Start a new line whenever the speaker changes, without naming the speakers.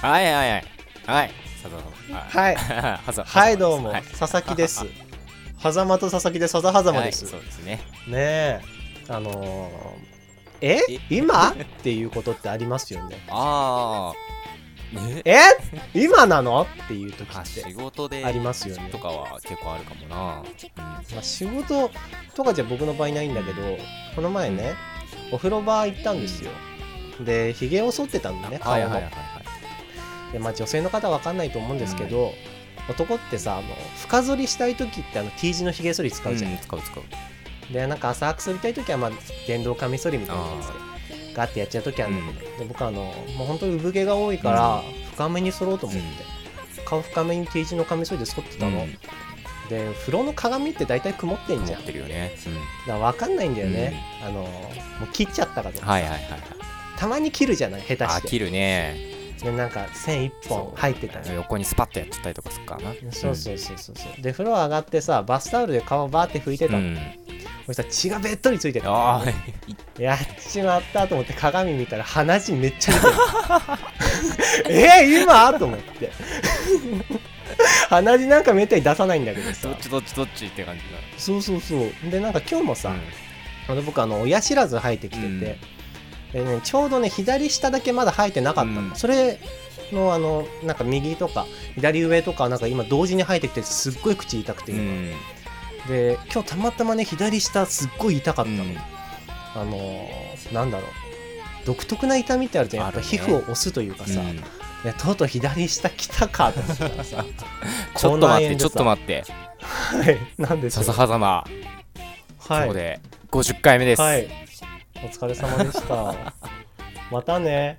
はいはいはいはい佐藤さん
はい
はざ はざ
は
まです
いどうも、
はい
佐々木です 狭間と佐々木で佐々狭間です、
はいそうですね
ねえあのーえ
え
今っていうことってありますよね
ああね
え今なのっていう時
あ
って
仕事で
ありますよね
とかは結構あるかもな
まあ、仕事とかじゃ僕の場合ないんだけどこの前ねお風呂場行ったんですよでひげを剃ってたんだね顔の、
い
でまあ、女性の方は分かんないと思うんですけど、男ってさあの深剃りしたい時ってあの T 字のひげ剃り使うじゃん、
うん使う使う
でなんか浅く剃りたい時は、まあ、電動カミソリみたいなやつでガッてやっちゃう時あるんだけど、で僕はあのもう本当に産毛が多いから深めに剃ろうと思って、顔深めに T 字のカミソリで剃ってたの、
うん
で風呂の鏡って大体曇ってんじ
持
ゃん
ってるよね
だから分かんないんだよね、あのもう切っちゃったかと
うん
か、
はいはいはいはい
たまに切るじゃない下手
あ
して
切るね
でなんか線一本
そう
入ってたのよ
横にスパッとやっちゃったりとかするからな
そうそうそうそうそうで風呂上がってさバスタオルで顔バーって拭いてた
う
の、
ん
そしたら血がべっとりついてた
ああ
やっちまったと思って鏡見たら鼻血めっちゃ出 てるえー、今と思って鼻血なんかめったに出さないんだけどさ
どっちどっちどっちって感じ
そうそうそうでなんか今日も
だ
さ、あの僕あの親知らず生えてきてて、
うん
でね、ちょうどね左下だけまだ生えてなかったの、
うん
それのあのなんか右とか左上とかなんか今同時に生えてきてすっごい口痛くて、
うんうん
で今日たまたまね左下すっごい痛かったの、
うん
あのーなんだろう独特な痛みってあるじゃんやっぱ
あるね
皮膚を押すというかさ、
うん
いやとうとう左下来たかと 思ったらさ
ちょっと待ってちょっと
待
待って
って何でしょう
笹狭間今
は
日
い
で50回目です
はいお疲れ様でしたまたね